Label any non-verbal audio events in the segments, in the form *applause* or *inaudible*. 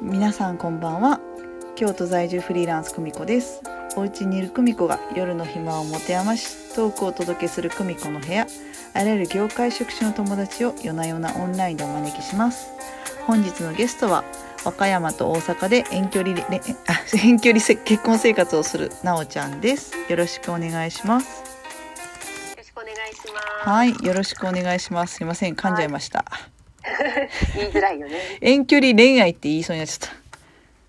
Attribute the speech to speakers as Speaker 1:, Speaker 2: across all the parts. Speaker 1: 皆さんこんばんは京都在住フリーランス久美子ですお家にいる久美子が夜の暇を持て余しトークをお届けする久美子の部屋あらゆる業界職種の友達を夜な夜なオンラインでお招きします本日のゲストは和歌山と大阪で遠距離れあ *laughs* 遠距離せ結婚生活をするなおちゃんですよろしくお願いします
Speaker 2: よろしくお願いします。
Speaker 1: はいよろしくお願いしますすいません噛んじゃいました
Speaker 2: 言いづらいよね。
Speaker 1: 遠距離恋愛って言いそうになっちゃった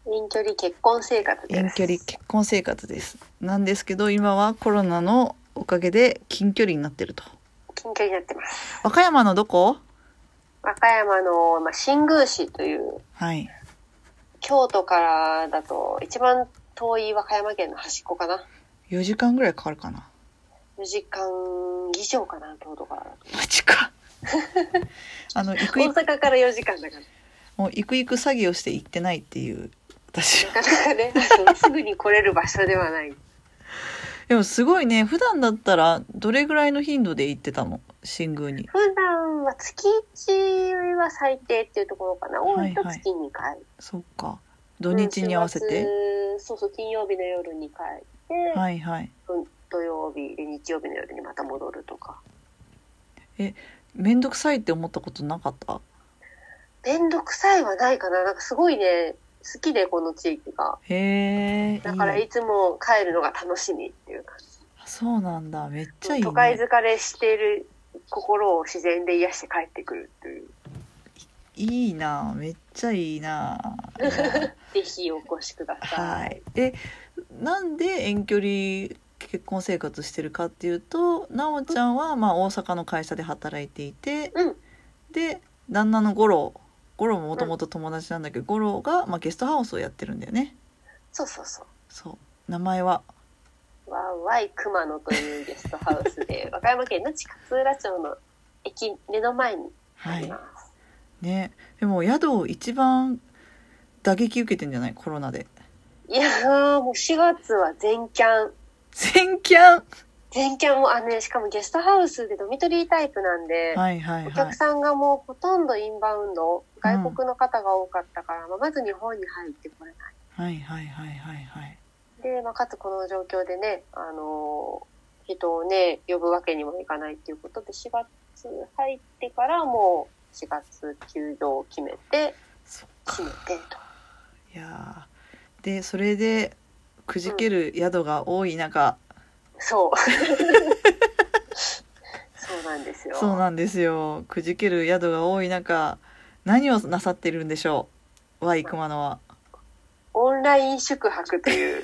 Speaker 2: 遠距離結婚生活です。
Speaker 1: 遠距離結婚生活ですなんですけど今はコロナのおかげで近距離になってると
Speaker 2: 近距離になってます。
Speaker 1: 和歌山のどこ
Speaker 2: 和歌山の、まあ、新宮市という、
Speaker 1: はい
Speaker 2: 京都からだと一番遠い和歌山県の端っこかな。
Speaker 1: 4時間ぐらいかかるかな
Speaker 2: 4時間以上かな、京都からだと。
Speaker 1: マジか *laughs* あの行く
Speaker 2: 大
Speaker 1: 行く
Speaker 2: 阪から4時間だから。
Speaker 1: もう行く行く詐欺をして行ってないっていう私 *laughs*
Speaker 2: なかなかね、そうすぐに来れる場所ではない。
Speaker 1: でもすごいね普段だったらどれぐらいの頻度で行ってたの新宮に
Speaker 2: 普段は月1は最低っていうところかな。多いと
Speaker 1: はいはい
Speaker 2: 月2回。
Speaker 1: そっか土日に合わせ
Speaker 2: う
Speaker 1: て、
Speaker 2: ん週末そうそう、金曜日の夜に帰って、
Speaker 1: はいはい
Speaker 2: 土曜日で日曜日の夜にまた戻るとか
Speaker 1: 面倒くさいって思ったことなかった
Speaker 2: 面倒くさいはないかななんかすごいね好きでこの地域が
Speaker 1: へえ
Speaker 2: だからいつも帰るのが楽しみっていう感
Speaker 1: そうなんだめっちゃいい、
Speaker 2: じ
Speaker 1: ね、
Speaker 2: 都会疲れしている心を自然で癒して帰ってくるっていう
Speaker 1: いいなめっちゃいいな
Speaker 2: ぜひお越しくださ
Speaker 1: は
Speaker 2: い、
Speaker 1: いでなんで遠距離結婚生活してるかっていうとなおちゃんはまあ大阪の会社で働いていて、
Speaker 2: うん
Speaker 1: で旦那の五郎五郎ももともと友達なんだけど、五郎がまあゲストハウスをやってるんだよね
Speaker 2: そうそうそう
Speaker 1: そう名前は
Speaker 2: わーわい熊野というゲストハウス
Speaker 1: *laughs*
Speaker 2: で和歌山県の近勝浦町の駅目の前にあ
Speaker 1: は
Speaker 2: り
Speaker 1: い
Speaker 2: ます、
Speaker 1: ねでも宿を一番打撃受けてんじゃないコロナで *laughs*
Speaker 2: い、やーもう4月は全キャン
Speaker 1: 全キャン
Speaker 2: 全キャンもあのねしかもゲストハウスでドミトリータイプなんで、
Speaker 1: はいはい
Speaker 2: お
Speaker 1: は
Speaker 2: 客
Speaker 1: い
Speaker 2: さんがもうほとんどインバウンド、外国の方が多かったから、まあまず日本に入ってこれない。
Speaker 1: はいはいはいはいはい
Speaker 2: で、まあ、かつこの状況でね、あのー人をね、呼ぶわけにもいかないっていうことで、4月入ってからもう4月休業を決めて、
Speaker 1: そっか
Speaker 2: 決めてと。
Speaker 1: いやーでそれでくじける宿が多い中、
Speaker 2: そう。
Speaker 1: *laughs*
Speaker 2: そうなんですよ。
Speaker 1: そうなんですよくじける宿が多い中何をなさってるんでしょう Y 熊野は
Speaker 2: オンライン宿泊
Speaker 1: *laughs*
Speaker 2: という。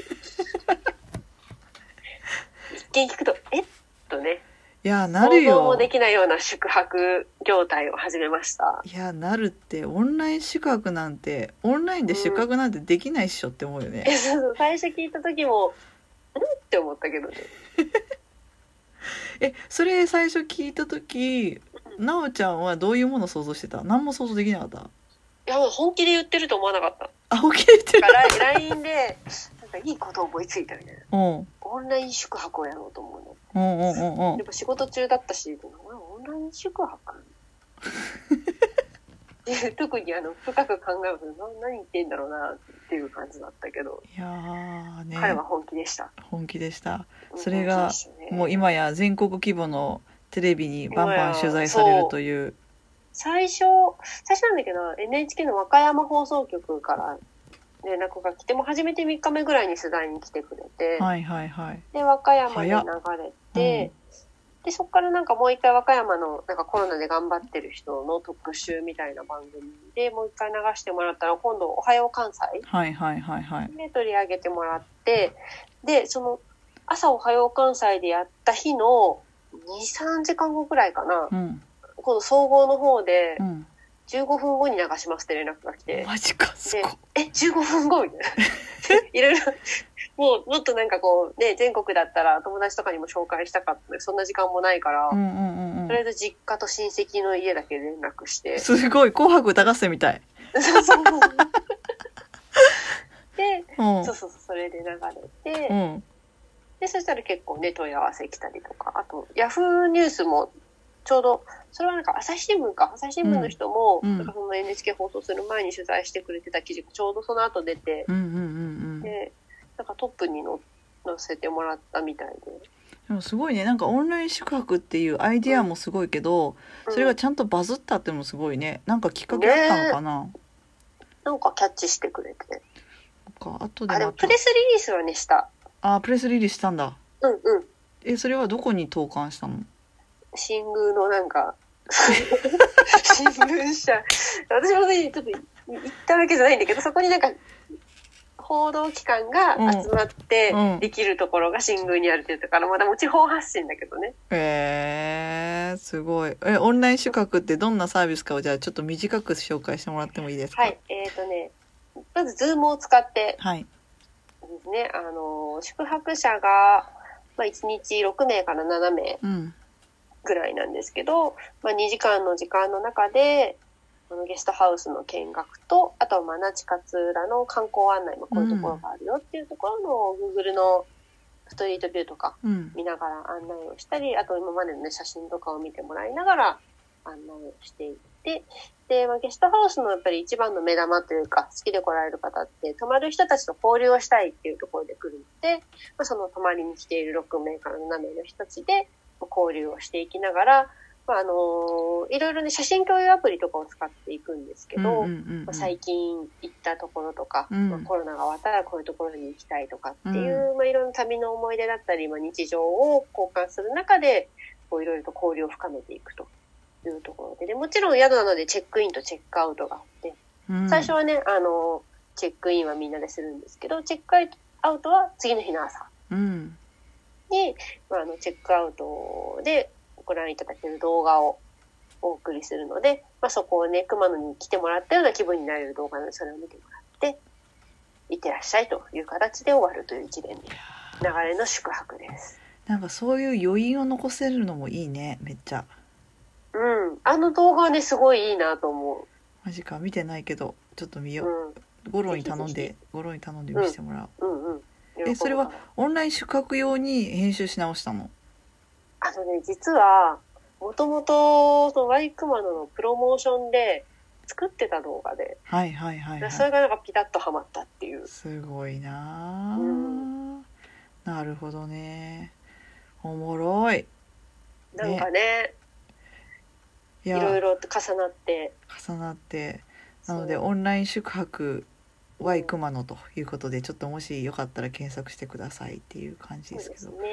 Speaker 2: 一見聞くと、えっとね。
Speaker 1: いやーなる
Speaker 2: 想像も
Speaker 1: よ
Speaker 2: できないような宿泊業態を始め
Speaker 1: *laughs*
Speaker 2: ました。
Speaker 1: いやーなるってオンライン宿泊なんてオンラインで宿泊なんてできないっしょって思うよね、
Speaker 2: えそうそう最初聞いた時も、んって思ったけどね。
Speaker 1: えそれ最初聞いた時なおちゃんはどういうもの想像してた何も想像できなかった
Speaker 2: いや、もう本気で言ってると思わな
Speaker 1: *laughs*
Speaker 2: かった。
Speaker 1: あ起きれてる
Speaker 2: だから、LINE で、なんかいいこと思いついたみたいな。
Speaker 1: うんうん
Speaker 2: オンライン宿泊をやろうと思うの。
Speaker 1: うんうんうん
Speaker 2: やっぱ仕事中だったし、オンライン
Speaker 1: *laughs*
Speaker 2: 宿泊で特にあの、深く考えると、な何言ってんだろうな、っていう感じだったけど、
Speaker 1: いやーね
Speaker 2: 彼は本気でした。
Speaker 1: 本気でした
Speaker 2: うん
Speaker 1: それが
Speaker 2: 本気でしたね
Speaker 1: もう今や全国規模のテレビにバンバン取材されるという
Speaker 2: 最初、最初なんだけど、NHK の和歌山放送局から連絡が来て、もう初めて3日目ぐらいに取材に来てくれて、
Speaker 1: はいはいはい
Speaker 2: で、和歌山に流
Speaker 1: 早っ
Speaker 2: れて、で、そこからなんかもう一回和歌山の、なんかコロナで頑張ってる人の特集みたいな番組で、もう一回流してもらったら、今度、おはよう関西
Speaker 1: はいはいはいはい
Speaker 2: で取り上げてもらって、で、その、朝おはよう関西でやった日の2、3時間後くらいかな、
Speaker 1: うん
Speaker 2: 今度総合の方で
Speaker 1: う、ん
Speaker 2: 15分後に流しますって連絡が来て、
Speaker 1: マジかすごい
Speaker 2: え、15分後みたいな。 *laughs* いろいろ、もうもっとなんかこう、ね、全国だったら友達とかにも紹介したかったのにそんな時間もないから、
Speaker 1: うんうんうん
Speaker 2: と
Speaker 1: う
Speaker 2: りあ
Speaker 1: ん
Speaker 2: えず実家と親戚の家だけ連絡
Speaker 1: *laughs*
Speaker 2: して。そ
Speaker 1: すごい紅白歌合戦みたいう
Speaker 2: そうそう。で、
Speaker 1: うん
Speaker 2: そうそうそう、それで流れて、
Speaker 1: うん
Speaker 2: で、そしたら結構ね、問い合わせ来たりとか、あと、ヤフーニュースもちょうど、それはなんか朝日新聞か、朝日新聞の人も、
Speaker 1: うんうん
Speaker 2: なんかその NHK 放送する前に取材してくれてた記事がちょうどその後出て、
Speaker 1: うんうんうんうんで
Speaker 2: で、なんかトップにの載せてもらったみたいで。
Speaker 1: もすごいねなんかオンライン宿泊っていうアイディアもすごいけど、それがちゃんとバズったってのもすごいねなんかきっかけだったのかな、
Speaker 2: なんかキャッチしてくれて。
Speaker 1: なんか後で
Speaker 2: あ、でも
Speaker 1: ま
Speaker 2: プ
Speaker 1: た
Speaker 2: レスリリースはね、した。
Speaker 1: あプレスリリースしたんだ
Speaker 2: うんうん。
Speaker 1: えそれはどこに投函したの
Speaker 2: 新宮のなんか、 *laughs* 新聞社。私もね、ちょっと行ったわけじゃないんだけど、そこになんか、報道機関が集まって
Speaker 1: うんうん
Speaker 2: できるところが新宮にあるって言ったから、まだもう地方発信だけどね。
Speaker 1: えー、すごい。え、オンライン宿泊ってどんなサービスかをじゃあちょっと短く紹介してもらってもいいですか
Speaker 2: はい。。えっ、とね、まずズームを使って
Speaker 1: はい。
Speaker 2: ですね、あの、宿泊者が、まあ、1日6名から7名
Speaker 1: うん。
Speaker 2: ぐらいなんですけど、まあ、2時間の時間の中で、あのゲストハウスの見学と、あとは、まあ、那智勝浦の観光案内、まあ、こういうところがあるよっていうところの、Google のストリートビューとか
Speaker 1: うん。
Speaker 2: 見ながら案内をしたり、あと今までのね、写真とかを見てもらいながら案内をしていって、で、まあ、ゲストハウスのやっぱり一番の目玉というか、好きで来られる方って、泊まる人たちと交流をしたいっていうところで来るので、まあ、その泊まりに来ている6名から7名の人たちで、まあ交流をしていきながら、まあ、あのいろいろね、写真共有アプリとかを使っていくんですけ
Speaker 1: うん
Speaker 2: ど、
Speaker 1: うんうん
Speaker 2: まあ最近行ったところとか、
Speaker 1: うん
Speaker 2: まあコロナが終わったらこういうところに行きたいとかっていう、まあ、いろんな旅の思い出だったり、まあ、日常を交換する中でこういろいろと交流を深めていくというところででもちろん宿なのでチェックインとチェックアウトがあって
Speaker 1: うん
Speaker 2: 最初はね、あのチェックインはみんなでするんですけどチェックアウトは次の日の朝
Speaker 1: うん。
Speaker 2: に、まあ、あのチェックアウトでご覧いただける動画をお送りするので、まあ、そこをね熊野に来てもらったような気分になれる動画なのでそれを見てもらっていってらっしゃいという形で終わるという一連の流れの宿泊です。
Speaker 1: なんかそういう余韻を残せるのもいいね、めっちゃ。
Speaker 2: うん、あの動画はねすごいいいなと思
Speaker 1: マジか、見てないけど、ちょっと見
Speaker 2: う。
Speaker 1: よ
Speaker 2: う
Speaker 1: う。
Speaker 2: ん、
Speaker 1: ゴロに頼ん
Speaker 2: ぜひ
Speaker 1: で、ゴロに頼んで見せてもら
Speaker 2: うん、うん。
Speaker 1: えそれはう。オンライン宿泊用に編集し直したの。
Speaker 2: あのね、実は、もともと、そのワイクマノのプロモーションで作ってた動画で、
Speaker 1: はいはいはい、はい。
Speaker 2: それがなんかピタッとハマったっていう。
Speaker 1: すごいなあ、
Speaker 2: うん
Speaker 1: なるほどねおもろい
Speaker 2: なんかね、
Speaker 1: い
Speaker 2: い
Speaker 1: や
Speaker 2: ろいろ重なって。
Speaker 1: 重なってなので
Speaker 2: そう
Speaker 1: オンライン宿泊は
Speaker 2: うん
Speaker 1: 熊野ということでちょっともしよかったら検索してくださいっていう感じ
Speaker 2: そう
Speaker 1: です
Speaker 2: で
Speaker 1: け
Speaker 2: す
Speaker 1: ど
Speaker 2: ね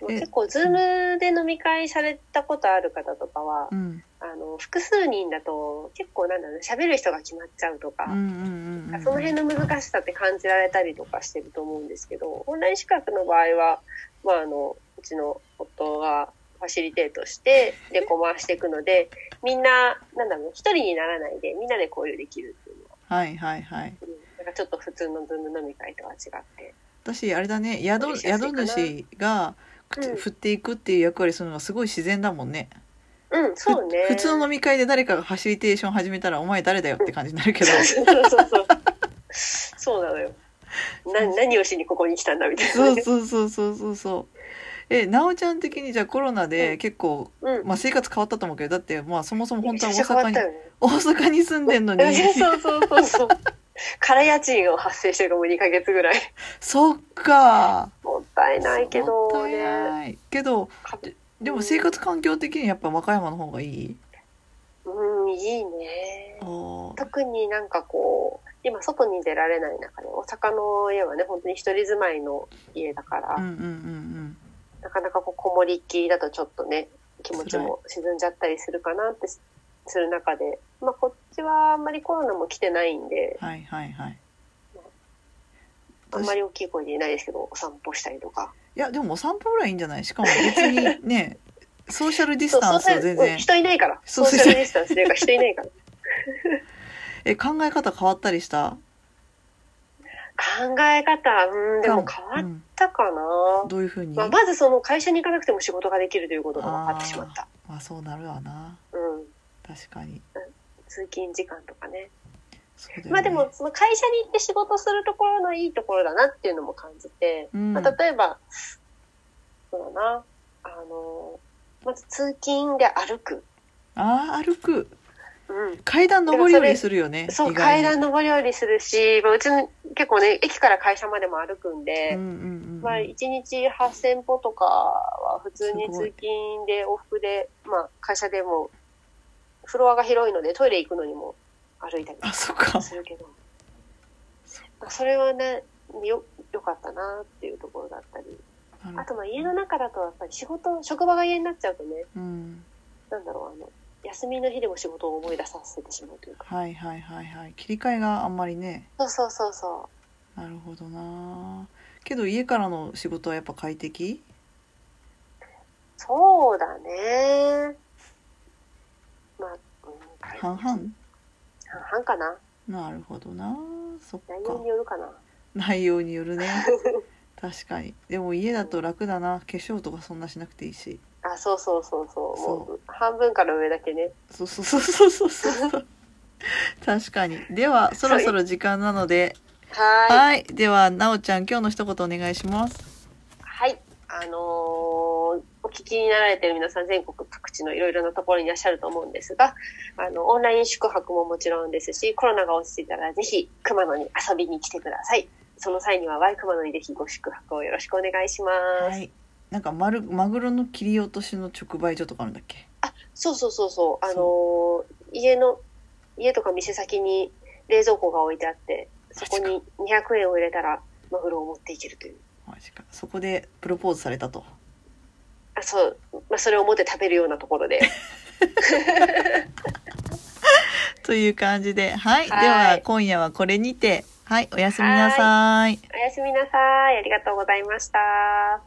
Speaker 1: う。
Speaker 2: もう
Speaker 1: え
Speaker 2: 結構、ズームで飲み会されたことある方とかは、
Speaker 1: ん
Speaker 2: あの、複数人だと、結構なんだろうね、喋る人が決まっちゃうとか、
Speaker 1: うんうんうんうん
Speaker 2: その辺の難しさって感じられたりとかしてると思うんですけど、オンライン資格の場合は、まあ、あの、うちの夫がファシリテー
Speaker 1: *laughs*
Speaker 2: トして、で、こう回していくので、みんな、なんだろう、一人にならないで、みんなで交流できるっていうのは、
Speaker 1: はいはいはい
Speaker 2: うんなんかちょっと普通のズーム飲み会とは違って。
Speaker 1: 私あれだね宿
Speaker 2: しやすい
Speaker 1: 宿
Speaker 2: かな
Speaker 1: 主が
Speaker 2: うん
Speaker 1: 振っていくっていう役割するのがすごい自然だもんね、
Speaker 2: うん、
Speaker 1: ふ
Speaker 2: そうね。
Speaker 1: 普通の飲み会で誰かがファシリテーション始めたらお前誰だよって感じになるけど
Speaker 2: そうそうそうそう。そうなのよ。な、何をしにここに来たんだみたいな
Speaker 1: *laughs* そう
Speaker 2: ね。
Speaker 1: そうそうそうそうそう。え、なおちゃん的にじゃあコロナで結構、
Speaker 2: うん。
Speaker 1: まあ生活変わったと思うけど、だってまあそもそも本当は
Speaker 2: めちゃくちゃ
Speaker 1: 大阪
Speaker 2: 変
Speaker 1: に
Speaker 2: わ、ったよね
Speaker 1: 大阪に住んでんのに、
Speaker 2: *laughs* そうそうそうそう。空家賃を発生してるかもう2ヶ月ぐらい。
Speaker 1: そっか。
Speaker 2: もったいないけ
Speaker 1: もっ
Speaker 2: ど
Speaker 1: たい
Speaker 2: ね。
Speaker 1: ないけど、
Speaker 2: か
Speaker 1: でも生活環境的にやっぱ和歌山の方がいい
Speaker 2: うん、いいね。
Speaker 1: おー
Speaker 2: 特になんかこう、今外に出られない中で、大阪の家はね、本当に一人住まいの家だから、
Speaker 1: うんうんうん
Speaker 2: なかなかこう、こもりっきりだとちょっとね、気持ちも沈んじゃったりするかなってすする中で、まあこっちはあんまりコロナも来てないんで、
Speaker 1: うん。はいはいはい。
Speaker 2: あんまり大きい声で言えないですけど、お散歩したりとか。
Speaker 1: いや、でもお散歩ぐらいいいんじゃないしかも別に
Speaker 2: *laughs*
Speaker 1: ね、ソーシャルディスタンス
Speaker 2: そう
Speaker 1: は
Speaker 2: そう
Speaker 1: 全
Speaker 2: うん
Speaker 1: 然、
Speaker 2: 人いないから。
Speaker 1: そう
Speaker 2: ソー
Speaker 1: そう
Speaker 2: シャルディスタンスというか人いないから。
Speaker 1: え、考え方変わったりした
Speaker 2: 考え方、うん、でも変わ
Speaker 1: う
Speaker 2: っ
Speaker 1: ん
Speaker 2: たかな。
Speaker 1: どういうふうに
Speaker 2: まあ、まずその会社に行かなくても仕事ができるということが分かってしまった。
Speaker 1: まあそうなるわな。
Speaker 2: うん。
Speaker 1: 確かに。
Speaker 2: 通勤時間とかね。
Speaker 1: そうだよね
Speaker 2: まあでも、その会社に行って仕事するところのいいところだなっていうのも感じて、
Speaker 1: うん
Speaker 2: まあ、例えば、そうだな、あの、まず通勤で歩く。
Speaker 1: ああ歩く
Speaker 2: うん。
Speaker 1: 階段上り下りするよね
Speaker 2: そう、
Speaker 1: 意外
Speaker 2: 階
Speaker 1: に
Speaker 2: 段上り下りするし、まあ、うちの結構ね、駅から会社までも歩くんで、
Speaker 1: うんうんうんうん、
Speaker 2: まあ、1日8000歩とかは普通に
Speaker 1: すご
Speaker 2: 通
Speaker 1: い
Speaker 2: 勤で往復で、まあ、会社でも、フロアが広いのでトイレ行くのにも歩いたり
Speaker 1: あそっか
Speaker 2: するけど
Speaker 1: そっ、
Speaker 2: まあそれはね、よ、良かったなっていうところだったり、
Speaker 1: なる
Speaker 2: あとまあ家の中だとやっぱり仕事、職場が家になっちゃうとね、
Speaker 1: うん
Speaker 2: なんだろう、あの、休みの日でも仕事を思い出させてしまうというか。
Speaker 1: はいはいはいはい切り替えがあんまりね
Speaker 2: そうそうそうそう。
Speaker 1: なるほどなけど家からの仕事はやっぱ快適
Speaker 2: そうだね。まあ、う
Speaker 1: 半
Speaker 2: ん、
Speaker 1: 々
Speaker 2: 半々かな。
Speaker 1: なるほどなそっか
Speaker 2: 内容によるかな。
Speaker 1: 内容によ *laughs* るね確かにでも家だと楽だな化粧とかそんなしなくていいし
Speaker 2: あ、そうそうそうそう。も
Speaker 1: そう
Speaker 2: 半分から上だけね。
Speaker 1: そうそうそうそうそうそう確かにではそろそろ時間なので
Speaker 2: はーい。
Speaker 1: はいではなおちゃん今日の一言お願いします
Speaker 2: はい。あのーお聞きになられてる皆さん、全国各地のいろいろなところにいらっしゃると思うんですが、あの、オンライン宿泊ももちろんですし、コロナが落ち着いたらぜひ、熊野に遊びに来てください。その際には、Y 熊野にぜひご宿泊をよろしくお願いします。
Speaker 1: はいなんかまるマグロの切り落としの直売所とかあるんだっけ
Speaker 2: そうそうそうそう。あのー家の、家とか店先に冷蔵庫が置いてあって、そこに200円を入れたらマグロを持っていけるという。
Speaker 1: マジかそこでプロポーズされたと
Speaker 2: あ、そう。まあ、それを持って食べるようなところで。
Speaker 1: という感じではい
Speaker 2: はい
Speaker 1: では今夜はこれにてはいおやすみなさい
Speaker 2: おやすみなさい。ありがとうございました。